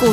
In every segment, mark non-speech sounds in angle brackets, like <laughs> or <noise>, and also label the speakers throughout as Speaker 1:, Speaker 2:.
Speaker 1: 股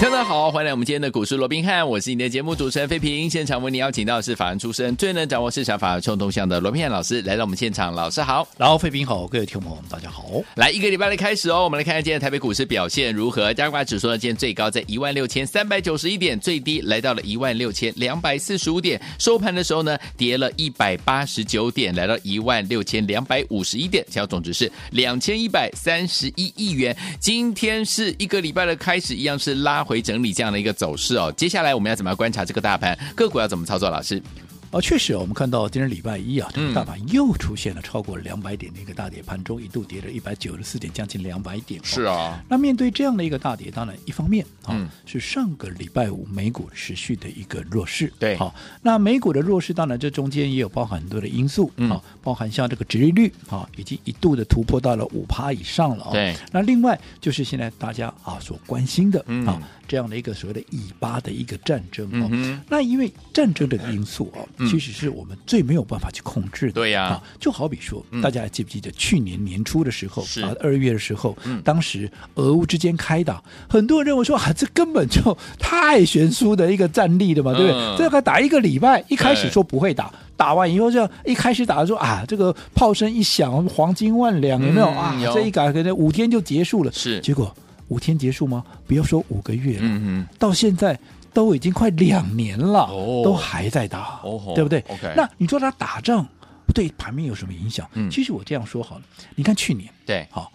Speaker 2: 大家好，欢迎来我们今天的股市罗宾汉，我是你的节目主持人费平。现场为你邀请到的是法案出身、最能掌握市场法律冲动向的罗宾汉老师来到我们现场，老师好。
Speaker 3: 然后，费平好，各位听众朋友们，大家好。
Speaker 2: 来一个礼拜的开始哦，我们来看看今天台北股市表现如何。加权指数呢，今天最高在一万六千三百九十一点，最低来到了一万六千两百四十五点，收盘的时候呢，跌了一百八十九点，来到一万六千两百五十一点，成交总值是两千一百三十一亿元。今天是一个礼拜的开始，一样是拉回整理这样的一个走势哦。接下来我们要怎么样观察这个大盘个股要怎么操作？老师，
Speaker 3: 啊，确实，我们看到今天礼拜一啊，这
Speaker 2: 嗯
Speaker 3: 个大盘又出现了超过两百点的一个大跌，盘中一度跌了一百九十四点，将近两百点、哦。
Speaker 2: 啊，
Speaker 3: 那面对这样的一个大跌，当然一方面啊、
Speaker 2: 嗯
Speaker 3: 是上个礼拜五美股持续的一个弱势，
Speaker 2: 对
Speaker 3: 好、那美股的弱势，当然这中间也有包含很多的因素，
Speaker 2: 嗯
Speaker 3: 啊、包含像这个殖利率啊、已经一度的突破到了五趴以上了、哦，
Speaker 2: 对，
Speaker 3: 那另外就是现在大家啊所关心的啊、
Speaker 2: 嗯
Speaker 3: 这样的一个所谓的以巴的一个战争哦，
Speaker 2: 嗯哼
Speaker 3: 那因为战争这个因素哦，
Speaker 2: 嗯
Speaker 3: 其实是我们最没有办法去控制的，
Speaker 2: 对呀
Speaker 3: 啊就好比说、
Speaker 2: 嗯
Speaker 3: 大家还记不记得去年年初的时候
Speaker 2: 是
Speaker 3: 啊，二月的时候，
Speaker 2: 嗯
Speaker 3: 当时俄乌之间开打，很多人认为说啊，这根本就太悬殊的一个战力了嘛，对不
Speaker 2: 嗯
Speaker 3: 对？这个打一个礼拜，一开始说不会打。打完以后就一开始打的时候啊，这个炮声一响，黄金万两有没有、
Speaker 2: 嗯
Speaker 3: 啊？
Speaker 2: 有
Speaker 3: 这一打可能五天就结束了，
Speaker 2: 是
Speaker 3: 结果五天结束吗？不要说五个月了，
Speaker 2: 嗯嗯，
Speaker 3: 到现在都已经快两年了，
Speaker 2: 哦
Speaker 3: 都还在打，
Speaker 2: 哦吼
Speaker 3: 对不对
Speaker 2: OK
Speaker 3: 那你说他打仗对盘面有什么影响？
Speaker 2: 嗯
Speaker 3: 其实我这样说好了，你看去年
Speaker 2: 对，
Speaker 3: 好、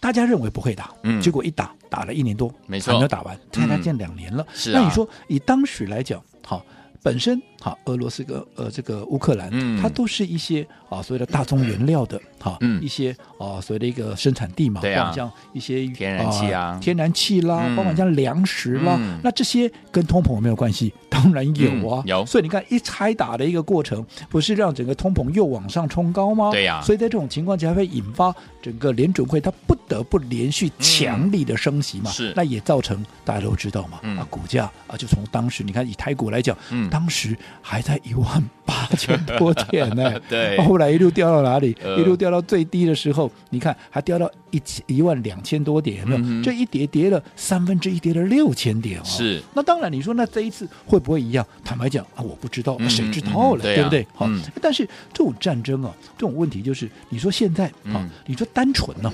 Speaker 3: 大家认为不会打，
Speaker 2: 嗯
Speaker 3: 结果一打打了一年多，
Speaker 2: 没错嗯
Speaker 3: 还没有打完，现在见两年了。
Speaker 2: 是啊
Speaker 3: 那你说以当时来讲，好、本身好、俄罗斯跟呃这个乌克兰，
Speaker 2: 嗯
Speaker 3: 它都是一些啊所谓的大宗原料的，好、
Speaker 2: 嗯
Speaker 3: 一些啊所谓的一个生产地嘛，
Speaker 2: 对啊
Speaker 3: 包括像一些
Speaker 2: 天然气啊
Speaker 3: 天然气啦，
Speaker 2: 嗯
Speaker 3: 包括像粮食啦，
Speaker 2: 嗯
Speaker 3: 那这些跟通膨有没有关系？ <laughs> 当然有啊
Speaker 2: 嗯，有
Speaker 3: 所以你看一拆打的一个过程，不是让整个通膨又往上冲高吗？
Speaker 2: 对呀
Speaker 3: 哦所以在这种情况下会引发整个联准会它不得不连续强力的升息嘛，
Speaker 2: 嗯是
Speaker 3: 那也造成大家都知道嘛，
Speaker 2: 嗯
Speaker 3: 啊，股价啊就从当时你看以台股来讲，
Speaker 2: 嗯
Speaker 3: 当时还在一万八千多点
Speaker 2: <laughs>
Speaker 3: 呢、哦
Speaker 2: 对
Speaker 3: 后来一路掉到哪里？
Speaker 2: 呃
Speaker 3: 一路掉到最低的时候，你看还掉到一千一万两千多点，有没有？
Speaker 2: 嗯哼
Speaker 3: 这一跌跌了三分之一，跌了六千点哦。
Speaker 2: 是，
Speaker 3: 那当然，你说那这一次会不会一样？坦白讲啊，我不知道，
Speaker 2: 嗯
Speaker 3: 谁知道
Speaker 2: 嗯
Speaker 3: 了，
Speaker 2: 对啊
Speaker 3: 不对？好、
Speaker 2: 嗯
Speaker 3: 但是这种战争啊，这种问题就是，你说现在啊，
Speaker 2: 嗯
Speaker 3: 你说单纯呢、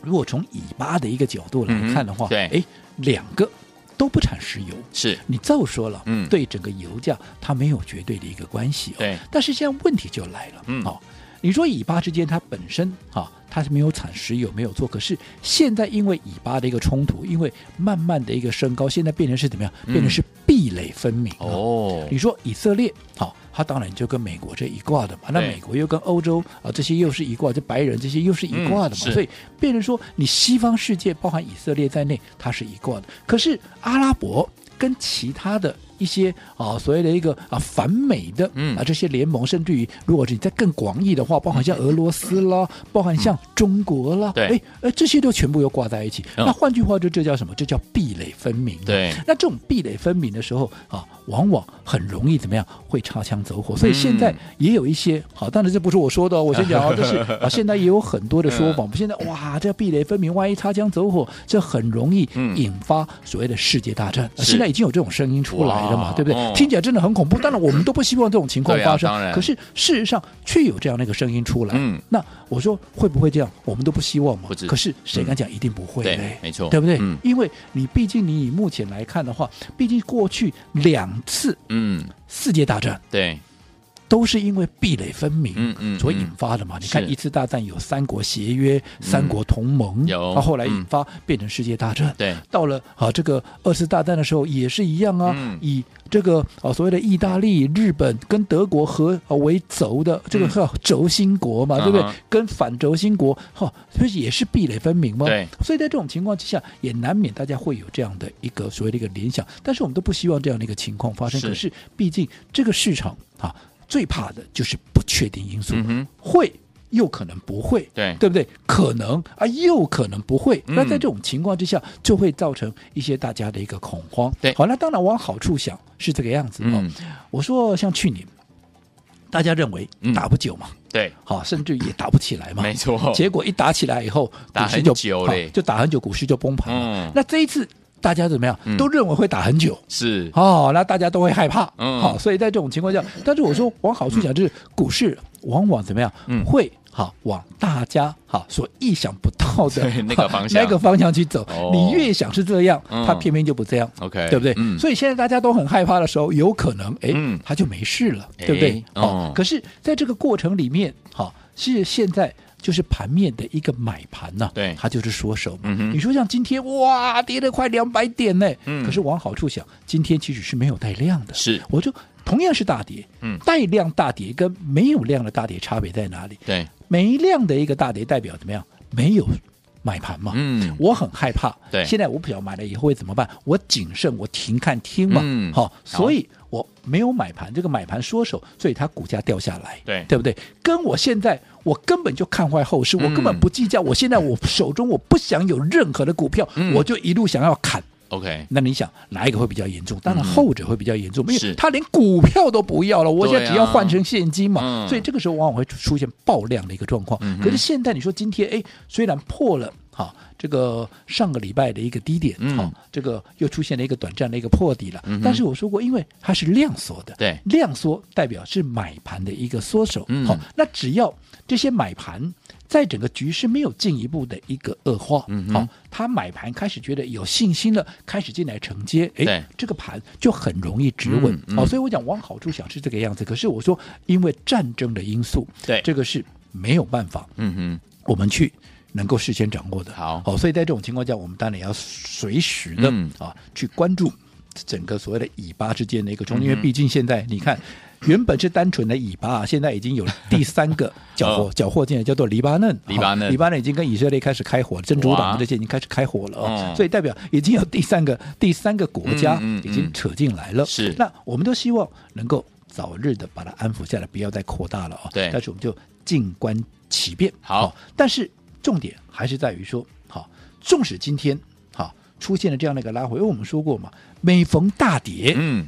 Speaker 3: 如果从以巴的一个角度来看的话
Speaker 2: 嗯，对
Speaker 3: 哎，两个都不产石油，
Speaker 2: 是，
Speaker 3: 你照说了，
Speaker 2: 嗯
Speaker 3: 对整个油价它没有绝对的一个关系、哦，
Speaker 2: 对。
Speaker 3: 但是现在问题就来了，
Speaker 2: 嗯
Speaker 3: 好、你说以巴之间它本身啊、它是没有产石油没有错，可是现在因为以巴的一个冲突，因为慢慢的一个升高，现在变成是怎么样？变
Speaker 2: 嗯
Speaker 3: 成是壁垒分明、哦。
Speaker 2: 哦
Speaker 3: 你说以色列，好、它当然就跟美国这一挂的嘛。那
Speaker 2: 对
Speaker 3: 美国又跟欧洲啊这些又是一挂，这白人这些又是一挂的嘛。
Speaker 2: 嗯是
Speaker 3: 所以变成说，你西方世界包含以色列在内，它是一挂的。可是阿拉伯跟其他的一些啊所谓的一个啊反美的
Speaker 2: 嗯
Speaker 3: 啊这些联盟，甚至于如果是你在更广义的话，包含像俄罗斯啦，包含像中国啦，
Speaker 2: 嗯对
Speaker 3: 哎哎这些都全部又挂在一起。
Speaker 2: 嗯
Speaker 3: 那换句话就这叫什么？这叫壁垒分明啊。
Speaker 2: 对
Speaker 3: 那这种壁垒分明的时候啊，往往很容易怎么样？会擦枪走火。所以现在
Speaker 2: 嗯
Speaker 3: 也有一些好，当然这不是我说的哦，我先
Speaker 2: <laughs>
Speaker 3: 讲啊，就是啊，现在也有很多的说法。我们现在哇，这壁垒分明，万一擦枪走火，这很容易
Speaker 2: 嗯
Speaker 3: 引发所谓的世界大战。啊
Speaker 2: 是
Speaker 3: 现在已经有这种声音出来
Speaker 2: 哇
Speaker 3: 了嘛，对不对？
Speaker 2: 哦
Speaker 3: 听起来真的很恐怖。当然，我们都不希望这种情况
Speaker 2: 对啊
Speaker 3: 发生。
Speaker 2: 当然
Speaker 3: 可是事实上却有这样的一个声音出来。
Speaker 2: 嗯
Speaker 3: 那我说会不会这样？我们都不希望嘛
Speaker 2: 不知。嗯
Speaker 3: 可是谁敢讲一定不会
Speaker 2: 对
Speaker 3: 嘞
Speaker 2: 没错
Speaker 3: 对不对？
Speaker 2: 嗯
Speaker 3: 因为你毕竟你以目前来看的话，毕竟过去两次
Speaker 2: 嗯，
Speaker 3: 世界大战
Speaker 2: 对，
Speaker 3: 都是因为壁垒分明，
Speaker 2: 嗯嗯
Speaker 3: 所引发的嘛。你看
Speaker 2: 是嗯
Speaker 3: 一次大战有三国协约、三国同盟，
Speaker 2: 有
Speaker 3: 啊后来
Speaker 2: 嗯
Speaker 3: 引发变成世界大战。
Speaker 2: 对
Speaker 3: 到了啊这个二次大战的时候也是一样啊，
Speaker 2: 嗯
Speaker 3: 以这个啊所谓的意大利、日本跟德国合、啊、为轴的这个、
Speaker 2: 嗯
Speaker 3: 啊轴心国嘛，
Speaker 2: 嗯哼
Speaker 3: 对不对？跟反轴心国哈，所、以也是壁垒分明嘛。
Speaker 2: 对，
Speaker 3: 所以在这种情况之下，也难免大家会有这样的一个所谓的一个联想，但是我们都不希望这样的一个情况发生。
Speaker 2: 是
Speaker 3: 可是毕竟这个市场啊，最怕的就是不确定因素，
Speaker 2: 嗯哼
Speaker 3: 会又可能不会，
Speaker 2: 对
Speaker 3: 对不对？可能啊，又可能不会。
Speaker 2: 嗯
Speaker 3: 那在这种情况之下，就会造成一些大家的一个恐慌。
Speaker 2: 对
Speaker 3: 好，那当然往好处想是这个样子哦
Speaker 2: 嗯。
Speaker 3: 我说像去年，大家认为
Speaker 2: 嗯
Speaker 3: 打不久嘛，
Speaker 2: 对，
Speaker 3: 好，甚至也打不起来嘛，
Speaker 2: 没错，
Speaker 3: 啊结果一打起来以后，
Speaker 2: 打
Speaker 3: 股市
Speaker 2: 很
Speaker 3: 就
Speaker 2: 久
Speaker 3: 好
Speaker 2: 嘞
Speaker 3: 就打很久，股市就崩盘了。
Speaker 2: 嗯
Speaker 3: 那这一次大家怎么样
Speaker 2: 嗯？
Speaker 3: 都认为会打很久。
Speaker 2: 是
Speaker 3: 哦，那大家都会害怕，
Speaker 2: 嗯
Speaker 3: 好，所以在这种情况下，但是我说往好处想，就是股市往往怎么样，
Speaker 2: 嗯
Speaker 3: 会好往大家好所意想不到的
Speaker 2: <laughs> 对那个
Speaker 3: 好
Speaker 2: 方向
Speaker 3: <laughs> 那个方向去走
Speaker 2: 哦。
Speaker 3: 你越想是这样，
Speaker 2: 嗯
Speaker 3: 它偏偏就不这样。
Speaker 2: OK，
Speaker 3: 对不对？
Speaker 2: 嗯
Speaker 3: 所以现在大家都很害怕的时候，有可能哎
Speaker 2: 嗯，
Speaker 3: 它就没事了，
Speaker 2: 哎
Speaker 3: 对不对？
Speaker 2: 哦
Speaker 3: 哦，可是在这个过程里面，好是现在。就是盘面的一个买盘呐、
Speaker 2: 对
Speaker 3: 它就是缩手嘛。
Speaker 2: 嗯哼
Speaker 3: 你说像今天哇，跌了快两百点呢，
Speaker 2: 嗯
Speaker 3: 可是往好处想，今天其实是没有带量的，
Speaker 2: 是
Speaker 3: 我就同样是大跌，
Speaker 2: 嗯
Speaker 3: 带量大跌跟没有量的大跌差别在哪里？
Speaker 2: 对，
Speaker 3: 没量的一个大跌代表怎么样？没有买盘嘛，
Speaker 2: 嗯
Speaker 3: 我很害怕。
Speaker 2: 对
Speaker 3: 现在我不晓得买了以后会怎么办，我谨慎，我停看听嘛。
Speaker 2: 嗯
Speaker 3: 好，所以我没有买盘，这个买盘缩手，所以它股价掉下来，
Speaker 2: 对
Speaker 3: 对不对？跟我现在我根本就看坏后市，我根
Speaker 2: 嗯
Speaker 3: 本不计较，我现在我手中我不想有任何的股票，
Speaker 2: 嗯
Speaker 3: 我就一路想要砍。
Speaker 2: OK，
Speaker 3: 那你想哪一个会比较严重？当然
Speaker 2: 嗯
Speaker 3: 后者会比较严重，因
Speaker 2: 是
Speaker 3: 为他连股票都不要了，我现在只
Speaker 2: 对
Speaker 3: 要
Speaker 2: 啊
Speaker 3: 换成现金嘛，
Speaker 2: 嗯
Speaker 3: 所以这个时候往往会出现爆量的一个状况。
Speaker 2: 嗯哼
Speaker 3: 可是现在你说今天哎，虽然破了。好，这个上个礼拜的一个低点，
Speaker 2: 嗯
Speaker 3: 好，啊这个又出现了一个短暂的一个破底了。
Speaker 2: 嗯哼
Speaker 3: 但是我说过，因为它是量缩的，
Speaker 2: 对
Speaker 3: 量缩代表是买盘的一个缩手。
Speaker 2: 嗯
Speaker 3: 好，那只要这些买盘在整个局势没有进一步的一个恶化，
Speaker 2: 嗯哼
Speaker 3: 好，他买盘开始觉得有信心了，开始进来承接，
Speaker 2: 对
Speaker 3: 哎，这个盘就很容易止稳。
Speaker 2: 嗯嗯
Speaker 3: 好，所以我讲往好处想是这个样子，可是我说因为战争的因素，
Speaker 2: 对
Speaker 3: 这个是没有办法
Speaker 2: 嗯
Speaker 3: 我们去。能够事先掌握的，哦
Speaker 2: 好
Speaker 3: 好、所以在这种情况下，我们当然也要随时的、
Speaker 2: 嗯
Speaker 3: 啊去关注整个所谓的尾巴之间的一个冲突，
Speaker 2: 嗯
Speaker 3: 因为
Speaker 2: 哼
Speaker 3: 毕竟现在你看，原本是单纯的尾巴，现在已经有第三个缴获、缴获进来，叫做黎巴嫩，
Speaker 2: 哦
Speaker 3: 哦
Speaker 2: 黎巴嫩
Speaker 3: 好黎巴嫩已经跟以色列开始开火，真主
Speaker 2: 哇
Speaker 3: 党这些已经开始开火了、哦
Speaker 2: 嗯，
Speaker 3: 所以代表已经有第三个第三个国家
Speaker 2: 嗯嗯嗯
Speaker 3: 已经扯进来了，
Speaker 2: 是
Speaker 3: 那我们都希望能够早日的把它安抚下来，不要再扩大了啊、哦，
Speaker 2: 对
Speaker 3: 但是我们就静观其变。哦
Speaker 2: 好
Speaker 3: 但是重点还是在于说，好，纵使今天好出现了这样的一个拉回，因为我们说过嘛，每逢大跌、
Speaker 2: 哼，嗯，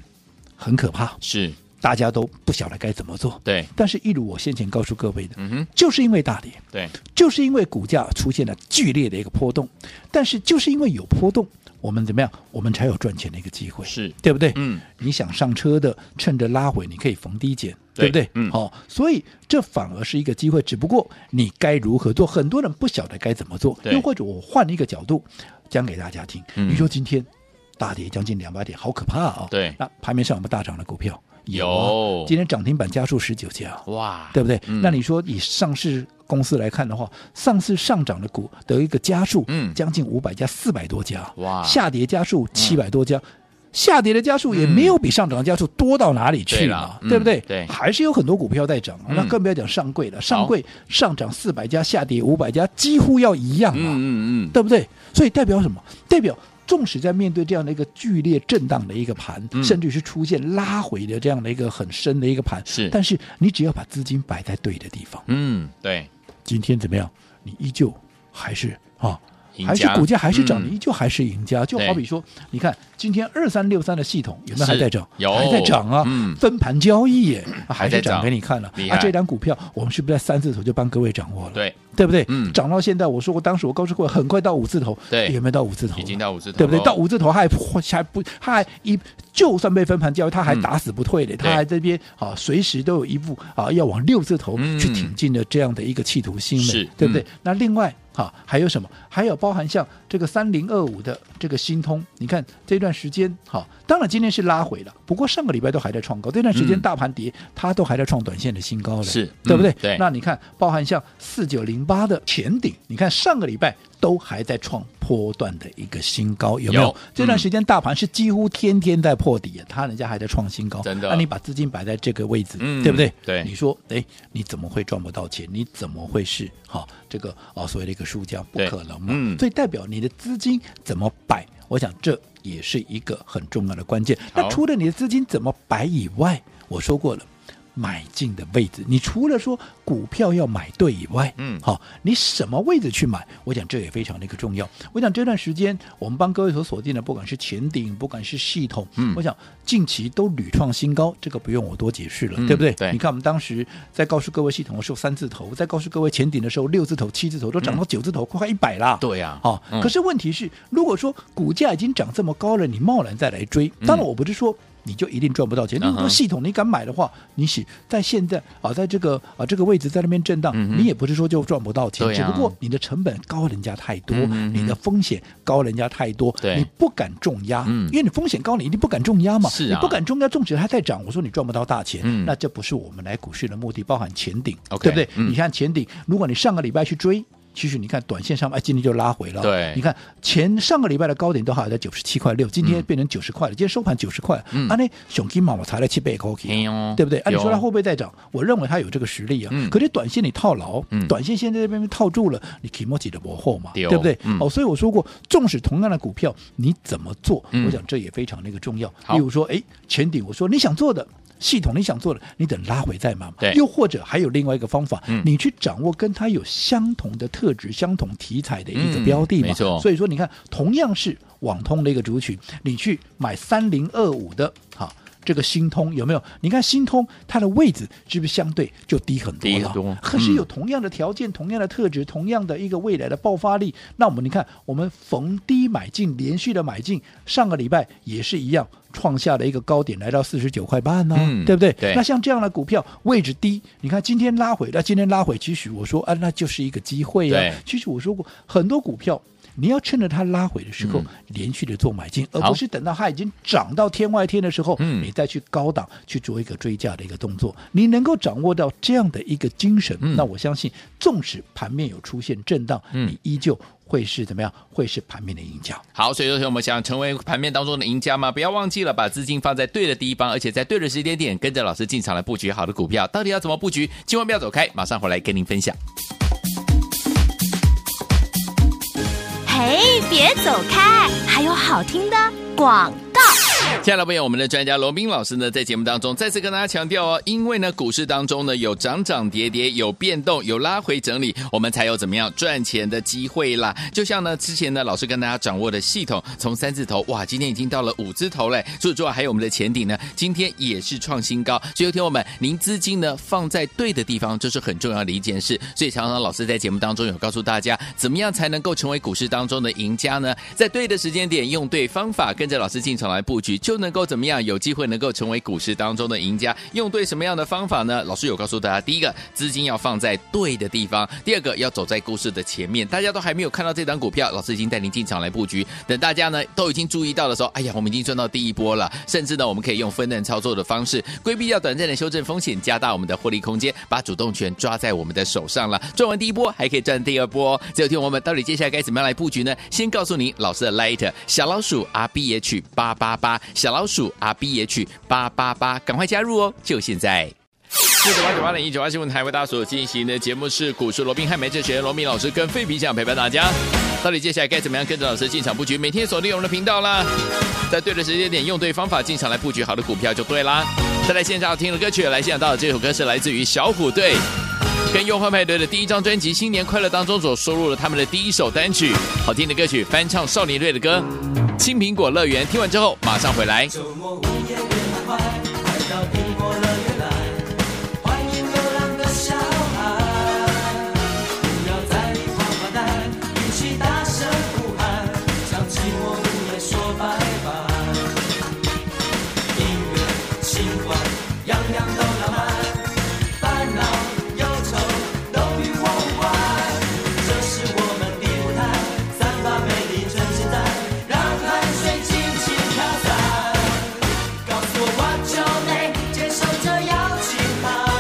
Speaker 3: 很可怕，
Speaker 2: 是
Speaker 3: 大家都不晓得该怎么做。
Speaker 2: 对，
Speaker 3: 但是，一如我先前告诉各位的，
Speaker 2: 嗯哼，
Speaker 3: 就是因为大跌，
Speaker 2: 对，
Speaker 3: 就是因为股价出现了剧烈的一个波动，但是就是因为有波动，我们怎么样，我们才有赚钱的一个机会，
Speaker 2: 是
Speaker 3: 对不对？
Speaker 2: 嗯，
Speaker 3: 你想上车的，趁着拉回，你可以逢低减，
Speaker 2: 对
Speaker 3: 对不对？
Speaker 2: 嗯
Speaker 3: 好、所以这反而是一个机会，只不过你该如何做，很多人不晓得该怎么做。
Speaker 2: 对
Speaker 3: 又或者我换一个角度讲给大家听，
Speaker 2: 嗯
Speaker 3: 你说今天大跌将近两百点，好可怕啊、
Speaker 2: 对
Speaker 3: 那盘面上有没有大涨的股票？啊
Speaker 2: 有
Speaker 3: 今天涨停板家数十九家，
Speaker 2: 哇，
Speaker 3: 对不对？
Speaker 2: 嗯
Speaker 3: 那你说以上市公司来看的话，上市上涨的股的一个家数，
Speaker 2: 嗯
Speaker 3: 将近五百家，四百多家，
Speaker 2: 哇
Speaker 3: 下跌家
Speaker 2: 嗯
Speaker 3: 数七百多家。下跌的家数也没有比上涨的家数多到哪里去嘛，
Speaker 2: 对啦
Speaker 3: 对不对？
Speaker 2: 嗯对
Speaker 3: 还是有很多股票在涨啊、
Speaker 2: 嗯
Speaker 3: 那更不要讲上柜了。上柜上涨四百家，下跌五百家，几乎要一样啊。
Speaker 2: 嗯嗯嗯，
Speaker 3: 对不对？所以代表什么？代表纵使在面对这样的一个剧烈震荡的一个盘，
Speaker 2: 嗯
Speaker 3: 甚至是出现拉回的这样的一个很深的一个盘，
Speaker 2: 是
Speaker 3: 但是你只要把资金摆在对的地方，
Speaker 2: 嗯，对，
Speaker 3: 今天怎么样？你依旧还是啊。
Speaker 2: 赢
Speaker 3: 还是
Speaker 2: 家
Speaker 3: 股价还是涨，
Speaker 2: 嗯
Speaker 3: 你依旧还是赢家。就
Speaker 2: 对
Speaker 3: 好比说，你看今天二三六三的系统有没有
Speaker 2: 是
Speaker 3: 还在涨？
Speaker 2: 有
Speaker 3: 还在涨啊！
Speaker 2: 嗯
Speaker 3: 分盘交易耶，啊
Speaker 2: 还
Speaker 3: 还
Speaker 2: 在
Speaker 3: 在
Speaker 2: 涨
Speaker 3: 涨给你看了
Speaker 2: 厉。害
Speaker 3: 啊，这张股票我们是不是在三字头就帮各位掌握了？
Speaker 2: 对，
Speaker 3: 对不对？
Speaker 2: 嗯
Speaker 3: 涨到现在，我说过，当时我告诉过，很快到五字头，
Speaker 2: 对
Speaker 3: 有没有到五字头了？
Speaker 2: 已经到五字头，
Speaker 3: 对不对？到，五字头它还还不它还一就算被分盘交易，它还
Speaker 2: 嗯
Speaker 3: 打死不退的，它
Speaker 2: 对
Speaker 3: 还这边啊随时都有一步啊要往六字头
Speaker 2: 嗯
Speaker 3: 去挺进的这样的一个企图心的，
Speaker 2: 是
Speaker 3: 对不对？
Speaker 2: 嗯
Speaker 3: 那另外啊还有什么？还有包含像这个三零二五的这个新通，你看这段时间好、当然今天是拉回了，不过上个礼拜都还在创高，这段时间
Speaker 2: 嗯
Speaker 3: 大盘跌，它都还在创短线的新高了，
Speaker 2: 是
Speaker 3: 对不对？
Speaker 2: 嗯对
Speaker 3: 那你看包含像四九零八的前顶，你看上个礼拜都还在创波段的一个新高，有没有？
Speaker 2: 有
Speaker 3: 这段
Speaker 2: 嗯
Speaker 3: 时间大盘是几乎天天在破底，他人家还在创新高，
Speaker 2: 真的
Speaker 3: 那你把资金摆在这个位置，
Speaker 2: 嗯
Speaker 3: 对不对？
Speaker 2: 对
Speaker 3: 你说，哎，你怎么会赚不到钱？你怎么会是好、这个哦所谓的一个输家？不
Speaker 2: 对
Speaker 3: 可能嘛！
Speaker 2: 嗯
Speaker 3: 所以代表你的资金怎么摆，我想这也是一个很重要的关键。那
Speaker 2: 好
Speaker 3: 除了你的资金怎么摆以外，我说过了，买进的位置。你除了说股票要买对以外，
Speaker 2: 嗯
Speaker 3: 好、你什么位置去买？我讲这也非常的一个重要。我讲这段时间我们帮各位所锁定的，不管是前顶，不管是系统，
Speaker 2: 嗯
Speaker 3: 我想近期都屡创新高，这个不用我多解释了，
Speaker 2: 嗯
Speaker 3: 对不对？
Speaker 2: 对
Speaker 3: 你看我们当时在告诉各位系统的时候三字头，在告诉各位前顶的时候六字头、七字头，都
Speaker 2: 嗯
Speaker 3: 涨到九字头，快一百啦。
Speaker 2: 对呀
Speaker 3: 好、
Speaker 2: 嗯
Speaker 3: 哦可是问题是，如果说股价已经涨这么高了，你贸然再来追，当然我不是说。你就一定赚不到钱。那
Speaker 2: 嗯
Speaker 3: 么
Speaker 2: 嗯哼
Speaker 3: 多系统你敢买的话，你是在现在啊，在这个啊这个位置在那边震荡，
Speaker 2: 嗯哼
Speaker 3: 你也不是说就赚不到钱，
Speaker 2: 对
Speaker 3: 只
Speaker 2: 啊
Speaker 3: 不过你的成本高人家太多，
Speaker 2: 嗯哼哼
Speaker 3: 你的风险高人家太多，
Speaker 2: 对
Speaker 3: 你不敢重压，
Speaker 2: 嗯
Speaker 3: 因为你风险高，你一定不敢重压嘛，
Speaker 2: 是啊
Speaker 3: 你不敢重压，纵使它在涨，我说你赚不到大钱，
Speaker 2: 嗯
Speaker 3: 那这不是我们来股市的目的，包含前顶
Speaker 2: OK，
Speaker 3: 对不对？
Speaker 2: 嗯
Speaker 3: 你看前顶，如果你上个礼拜去追。其实你看，短线上面哎，今天就拉回了。
Speaker 2: 对
Speaker 3: 你看前上个礼拜的高点都还在九十七块六，今天变成九十块了，今天收盘九十块。
Speaker 2: 嗯
Speaker 3: 啊，那熊金嘛，我才来七倍高
Speaker 2: 哎呦
Speaker 3: 对不对？啊，你说它
Speaker 2: 有
Speaker 3: 会不会再涨？我认为它有这个实力啊。
Speaker 2: 嗯
Speaker 3: 可是短线你套牢，
Speaker 2: 嗯
Speaker 3: 短线现在这边套住了，你 k i m o j i 的磨后嘛，
Speaker 2: 对哦
Speaker 3: 对不对？
Speaker 2: 嗯
Speaker 3: 哦，所以我说过，纵使同样的股票，你怎么做？
Speaker 2: 嗯
Speaker 3: 我想这也非常的一个重要。
Speaker 2: 好
Speaker 3: 例如说，哎，前顶我说你想做的。系统你想做的，你等拉回再买嘛
Speaker 2: 对。
Speaker 3: 又或者还有另外一个方法，
Speaker 2: 嗯
Speaker 3: 你去掌握跟它有相同的特质、相同题材的一个
Speaker 2: 嗯
Speaker 3: 标的嘛。
Speaker 2: 没错
Speaker 3: 所以说，你看，同样是网通的一个族群，你去买三零二五的，好。这个新通有没有？你看新通它的位置是不是相对就低很多了？
Speaker 2: 低很多
Speaker 3: 可是有
Speaker 2: 嗯
Speaker 3: 同样的条件、同样的特质、同样的一个未来的爆发力，那我们你看，我们逢低买进，连续的买进，上个礼拜也是一样，创下了一个高点，来到四十九块半呢、
Speaker 2: 嗯
Speaker 3: 对不对？
Speaker 2: 对
Speaker 3: 那像这样的股票位置低，你看今天拉回，那今天拉回，其实我说啊，那就是一个机会
Speaker 2: 对
Speaker 3: 啊。其实我说过，很多股票。你要趁着它拉回的时候，
Speaker 2: 嗯
Speaker 3: 连续的做买进，而
Speaker 2: 好
Speaker 3: 不是等到它已经涨到天外天的时候，
Speaker 2: 嗯
Speaker 3: 你再去高档去做一个追价的一个动作。你能够掌握到这样的一个精神，
Speaker 2: 嗯
Speaker 3: 那我相信，纵使盘面有出现震荡，
Speaker 2: 嗯
Speaker 3: 你依旧会是怎么样？会是盘面的赢家。
Speaker 2: 好，所以说我们想成为盘面当中的赢家吗？不要忘记了把资金放在对的地方，而且在对的时间点，跟着老师进场来布局好的股票。到底要怎么布局？千万不要走开，马上回来跟您分享。
Speaker 1: 嘿，别走开，还有好听的广告。
Speaker 2: 亲爱的朋友我们的专家罗斌老师呢，在节目当中再次跟大家强调哦，因为呢，股市当中呢有涨涨跌跌，有变动，有拉回整理，我们才有怎么样赚钱的机会啦。就像呢，之前呢，老师跟大家掌握的系统，从三字头哇，今天已经到了五字头嘞。除此之外，还有我们的前顶呢，今天也是创新高。所以，听我们，您资金呢放在对的地方，这是很重要的一件事。所以，常常老师在节目当中有告诉大家，怎么样才能够成为股市当中的赢家呢？在对的时间点，用对方法，跟着老师进场来布局，就能够怎么样？有机会能够成为股市当中的赢家。用对什么样的方法呢？老师有告诉大家，第一个，资金要放在对的地方；第二个，要走在故事的前面。大家都还没有看到这档股票，老师已经带您进场来布局。等大家呢都已经注意到的时候，哎呀，我们已经赚到第一波了。甚至呢，我们可以用分段操作的方式，规避掉短暂的修正风险，加大我们的获利空间，把主动权抓在我们的手上了。赚完第一波，还可以赚第二波、哦。所以，听我们到底接下来该怎么样来布局呢？先告诉您，老师的 Light 小老鼠 R B H 八八八，小老鼠 R B H 八八八，赶快加入哦，就现在。四九八九八零一九八新闻台为大家所进行的节目是股市罗宾汉梅哲学员罗宾老师跟费皮酱陪伴大家。到底接下来该怎么样跟着老师进场布局？每天锁定我们的频道啦，在对的时间点用对方法进场来布局好的股票就对啦。再来现场要听的歌曲，来现场到的这首歌是来自于小虎队跟优化派对的第一张专辑《新年快乐》当中所收录了他们的第一首单曲，好听的歌曲翻唱少年队的歌《青苹果乐园》。听完之后马上回来。
Speaker 4: 周末午夜变快，快到苹果乐园来，欢迎流浪的小孩。不要在里发发呆，一起大声呼喊，向寂寞午夜说拜拜。音乐、情怀，样样都浪漫，烦恼、忧愁都与我无关。这是我们的舞台，散发美丽真情在，让汗水尽情飘散。告诉我 What's your name，接受这样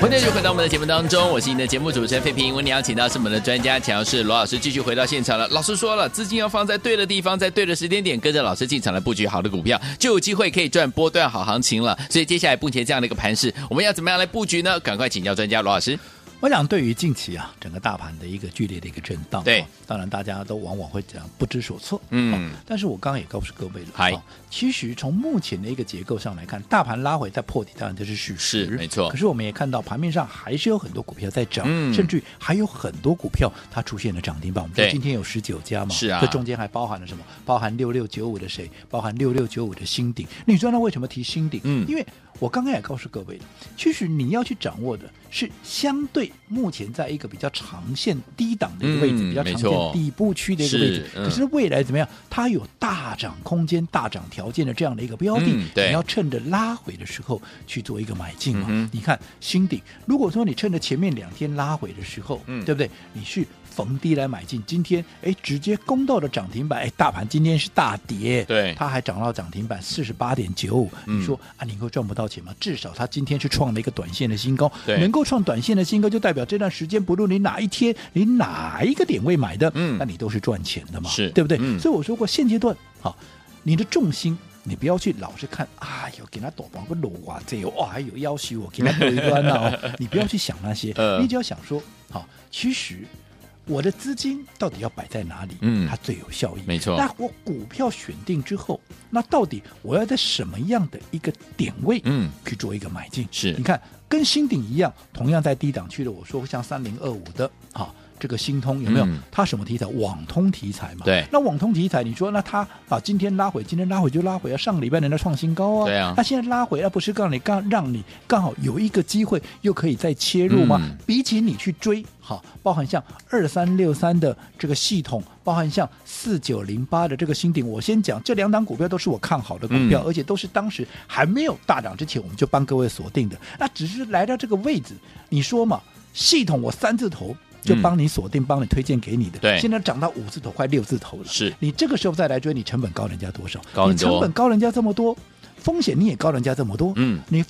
Speaker 2: 欢迎继续回到我们的节目当中，我是你的节目主持人费平。为你邀请到是我们的专家强势罗老师，继续回到现场了。老师说了，资金要放在对的地方，在对的时间点，跟着老师进场来布局好的股票，就有机会可以赚波段好行情了。所以接下来目前这样的一个盘势，我们要怎么样来布局呢？赶快请教专家罗老师。
Speaker 3: 我想，对于近期啊整个大盘的一个剧烈的一个震荡，
Speaker 2: 对
Speaker 3: 哦当然大家都往往会讲不知所措，
Speaker 2: 嗯
Speaker 3: 哦但是我刚刚也告诉各位了，
Speaker 2: 嗨
Speaker 3: 哦其实从目前的一个结构上来看，大盘拉回再破底，当然这是事实，
Speaker 2: 是没错
Speaker 3: 可是我们也看到盘面上还是有很多股票在涨，
Speaker 2: 嗯
Speaker 3: 甚至于还有很多股票它出现了涨停板。我们说
Speaker 2: 对
Speaker 3: 今天有十九家嘛，
Speaker 2: 是啊
Speaker 3: 这中间还包含了什么？包含六六九五的谁？包含六六九五的新鼎。你知道那为什么提新鼎？
Speaker 2: 嗯
Speaker 3: 因为我刚刚也告诉各位了，其实你要去掌握的是相对目前在一个比较长线低档的一个位置，
Speaker 2: 嗯
Speaker 3: 比较
Speaker 2: 没
Speaker 3: 长
Speaker 2: 错
Speaker 3: 线底部区的一个位置
Speaker 2: 是。嗯
Speaker 3: 可是未来怎么样？它有大涨空间、大涨条件的这样的一个标的，
Speaker 2: 嗯对
Speaker 3: 你要趁着拉回的时候去做一个买进嘛。
Speaker 2: 嗯哼
Speaker 3: 你看新鼎，如果说你趁着前面两天拉回的时候，
Speaker 2: 嗯
Speaker 3: 对不对？你去逢低来买进，今天哎直接攻到了涨停板，哎大盘今天是大跌，
Speaker 2: 对
Speaker 3: 它还涨到涨停板四十八点九五，
Speaker 2: 嗯
Speaker 3: 你说啊你会赚不到钱吗？至少它今天是创了一个短线的新高，
Speaker 2: 对
Speaker 3: 能够创短线的新高，就代表这段时间不论你哪一天你哪一个点位买的，
Speaker 2: 嗯
Speaker 3: 那你都是赚钱的嘛，
Speaker 2: 是
Speaker 3: 对不对？
Speaker 2: 嗯
Speaker 3: 所以我说过现阶段好。你的重心，你不要去老是看，哎呦，给他躲包个裸啊，这有哇，还有要挟我，给他一
Speaker 2: <laughs>
Speaker 3: 端啊、哦，你不要去想那些，
Speaker 2: 呃
Speaker 3: 你只要想说，好，其实。我的资金到底要摆在哪里？
Speaker 2: 嗯
Speaker 3: 它最有效益。
Speaker 2: 没错
Speaker 3: 那我股票选定之后，那到底我要在什么样的一个点位，
Speaker 2: 嗯，
Speaker 3: 去做一个买进？
Speaker 2: 是
Speaker 3: 你看跟新鼎一样，同样在低档区的，我说像三零二五的，好、这个新通有没有？
Speaker 2: 嗯
Speaker 3: 它什么题材？网通题材嘛。
Speaker 2: 对
Speaker 3: 那网通题材，你说那它啊，今天拉回，今天拉回就拉回啊，上个礼拜人家创新高啊。
Speaker 2: 对啊
Speaker 3: 那现在拉回，那不是让你刚让你刚好有一个机会，又可以再切入吗？
Speaker 2: 嗯
Speaker 3: 比起你去追，好，包含像二三六三的这个系统，包含像四九零八的这个新鼎，我先讲这两档股票都是我看好的股票，
Speaker 2: 嗯
Speaker 3: 而且都是当时还没有大涨之前，我们就帮各位锁定的。那只是来到这个位置，你说嘛，系统我三字头。就
Speaker 2: 嗯
Speaker 3: 帮你锁定，帮你推荐给你的。
Speaker 2: 对
Speaker 3: 现在涨到五字头，快六字头了。
Speaker 2: 是
Speaker 3: 你这个时候再来追，你成本高人家多少？
Speaker 2: 高很
Speaker 3: 你
Speaker 2: 多
Speaker 3: 成本高人家这么多，风险你也高人家这么多。
Speaker 2: 嗯
Speaker 3: 你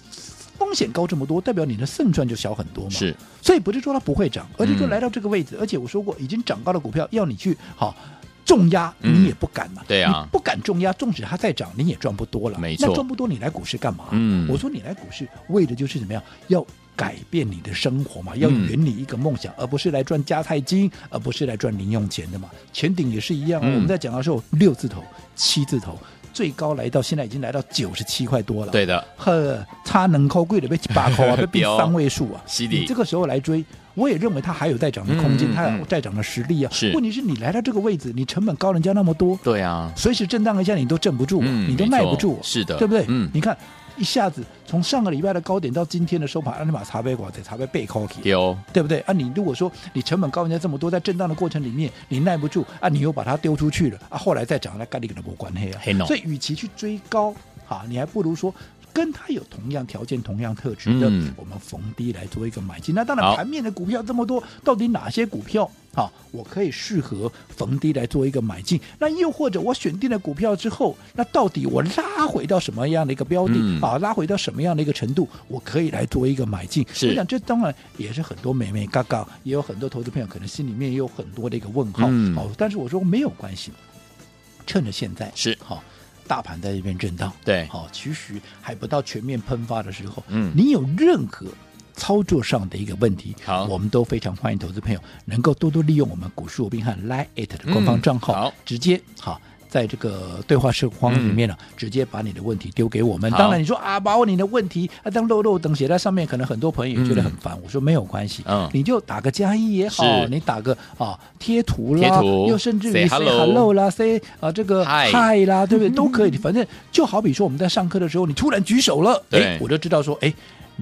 Speaker 3: 风险高这么多，代表你的胜算就小很多嘛。
Speaker 2: 是，
Speaker 3: 所以不是说它不会涨，而是说
Speaker 2: 嗯
Speaker 3: 来到这个位置，而且我说过，已经涨高的股票要你去好。重压
Speaker 2: 嗯
Speaker 3: 你也不敢嘛，
Speaker 2: 对啊
Speaker 3: 你不敢重压，纵使它再涨，你也赚不多了，
Speaker 2: 没错
Speaker 3: 那赚不多，你来股市干嘛？
Speaker 2: 嗯
Speaker 3: 我说你来股市为的就是怎么样，要改变你的生活嘛，要
Speaker 2: 嗯
Speaker 3: 圆你一个梦想，而不是来赚加菜金，而不是来赚零用钱的嘛。前顶也是一样、哦，
Speaker 2: 嗯
Speaker 3: 我们在讲的时候六字头、七字头，最高来到现在已经来到九十七块多了，
Speaker 2: 对的，
Speaker 3: 呵，差能扣贵的被八
Speaker 2: <laughs>
Speaker 3: 块啊，被
Speaker 2: 对
Speaker 3: 变
Speaker 2: 哦
Speaker 3: 三位数啊。
Speaker 2: 是的
Speaker 3: 你这个时候来追，我也认为它还有再涨的空
Speaker 2: 嗯嗯
Speaker 3: 间，它
Speaker 2: 嗯
Speaker 3: 有再涨的实力啊。
Speaker 2: 是
Speaker 3: 问题是你来到这个位置，你成本高人家那么多，
Speaker 2: 对啊，
Speaker 3: 随时震荡一下你都镇不住啊，
Speaker 2: 嗯
Speaker 3: 你都
Speaker 2: 没错
Speaker 3: 耐不住啊，
Speaker 2: 是的
Speaker 3: 对不对？
Speaker 2: 嗯
Speaker 3: 你看一下子从上个礼拜的高点到今天的收盘，让你把茶杯挂在茶杯背靠起。
Speaker 2: 丢，
Speaker 3: 对不对啊？你如果说你成本高人家这么多，在震荡的过程里面，你耐不住啊，你又把它丢出去了啊，后来再涨，那跟你可能没关系啊
Speaker 2: 嘿喏。
Speaker 3: 所以，与其去追高啊，你还不如说。跟它有同样条件、同样特质的，
Speaker 2: 嗯
Speaker 3: 我们逢低来做一个买进。那当
Speaker 2: 好
Speaker 3: 然，盘面的股票这么多，到底哪些股票啊，我可以适合逢低来做一个买进？那又或者我选定了股票之后，那到底我拉回到什么样的一个标的、
Speaker 2: 嗯
Speaker 3: 啊，拉回到什么样的一个程度，我可以来做一个买进？
Speaker 2: 是
Speaker 3: 我想这当然也是很多美眉嘎嘎，也有很多投资朋友可能心里面也有很多的一个问号。
Speaker 2: 嗯
Speaker 3: 哦，但是我说没有关系，趁着现在
Speaker 2: 是
Speaker 3: 好、大盘在这边震荡，
Speaker 2: 对
Speaker 3: 好、其实还不到全面喷发的时候，
Speaker 2: 嗯
Speaker 3: 你有任何。操作上的一个问题，
Speaker 2: 好
Speaker 3: 我们都非常欢迎投资朋友能够多多利用我们股市罗宾汉 Line at 的官方
Speaker 2: 嗯
Speaker 3: 账号，
Speaker 2: 好嗯
Speaker 3: 直接好在这个对话视框里面呢、直接把你的问题丢给我们。
Speaker 2: 好
Speaker 3: 当然，你说啊，把我你的问题啊当漏漏等写在上面，可能很多朋友也觉得很烦。我说没有关系，
Speaker 2: 嗯
Speaker 3: 你就打个加一也好
Speaker 2: 是，
Speaker 3: 你打个啊贴图啦，
Speaker 2: 贴图
Speaker 3: 又甚至于
Speaker 2: say hello
Speaker 3: hello 啦，say 啊这个
Speaker 2: hi
Speaker 3: 啦，对不对？都可
Speaker 2: 嗯
Speaker 3: 以。反正就好比说我们在上课的时候，你突然举手了，
Speaker 2: 对嗯
Speaker 3: 哎，我就知道说，哎。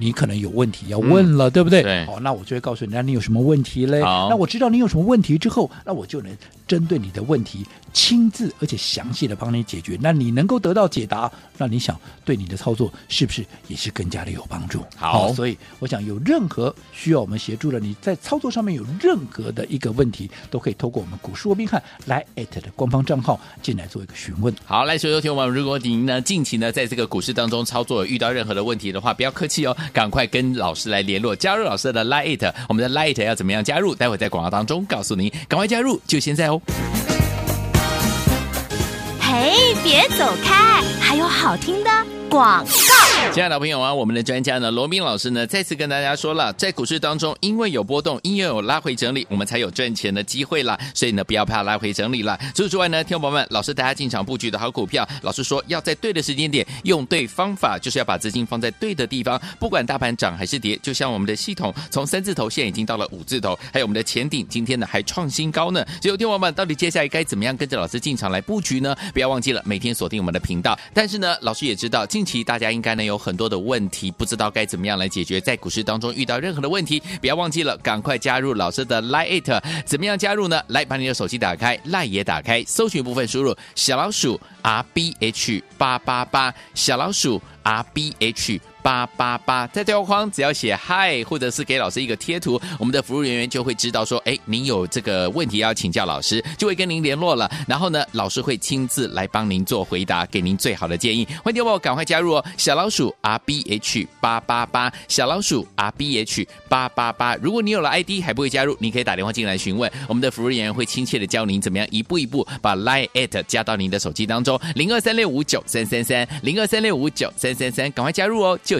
Speaker 3: 你可能有问题要问了，对不对？
Speaker 2: 对
Speaker 3: 好，那我就会告诉你，那你有什么问题嘞？
Speaker 2: 好
Speaker 3: 那我知道你有什么问题之后，那我就能针对你的问题亲自而且详细的帮你解决。那你能够得到解答，那你想对你的操作是不是也是更加的有帮助？
Speaker 2: 好
Speaker 3: 所以我想有任何需要我们协助的，你在操作上面有任何的一个问题，都可以透过我们股市罗宾汉来 at 的官方账号进来做一个询问。
Speaker 2: 好，来，所有听众朋友们，如果您呢近期呢在这个股市当中操作有遇到任何的问题的话，不要客气哦，赶快跟老师来联络，加入老师的 Lite，我们的 Lite 要怎么样加入？待会在广告当中告诉您，赶快加入，就现在哦。
Speaker 1: 嘿，别走开，还有好听的广告。
Speaker 2: 亲爱的朋友啊，我们的专家呢，罗斌老师呢，再次跟大家说了，在股市当中，因为有波动，因为有拉回整理，我们才有赚钱的机会啦。所以呢，不要怕拉回整理啦。除此之外呢，听众朋友们，老师大家进场布局的好股票，老师说要在对的时间点，用对方法，就是要把资金放在对的地方，不管大盘涨还是跌。就像我们的系统从三字头现在已经到了五字头，还有我们的前顶今天呢还创新高呢。所以，听众朋友们，到底接下来该怎么样跟着老师进场来布局呢？不要忘记了每天锁定我们的频道。但是呢，老师也知道近期大家应该呢有很多的问题，不知道该怎么样来解决，在股市当中遇到任何的问题，不要忘记了赶快加入老师的 Line It。怎么样加入呢？来，把你的手机打开，Line 也打开，搜寻部分输入小老鼠 R B H 八八八，小老鼠 R B H。八八八，在对话框只要写嗨，或者是给老师一个贴图，我们的服务人员就会知道说，哎，您有这个问题要请教老师，就会跟您联络了。然后呢，老师会亲自来帮您做回答，给您最好的建议。欢迎听众朋友赶快加入哦，小老鼠 R B H 八八八，小老鼠 R B H 八八八。如果你有了 ID 还不会加入，你可以打电话进来询问，我们的服务人员会亲切的教您怎么样一步一步把 Line at 加到您的手机当中，零二三六五九三三三，零二三六五九三三三，赶快加入哦，就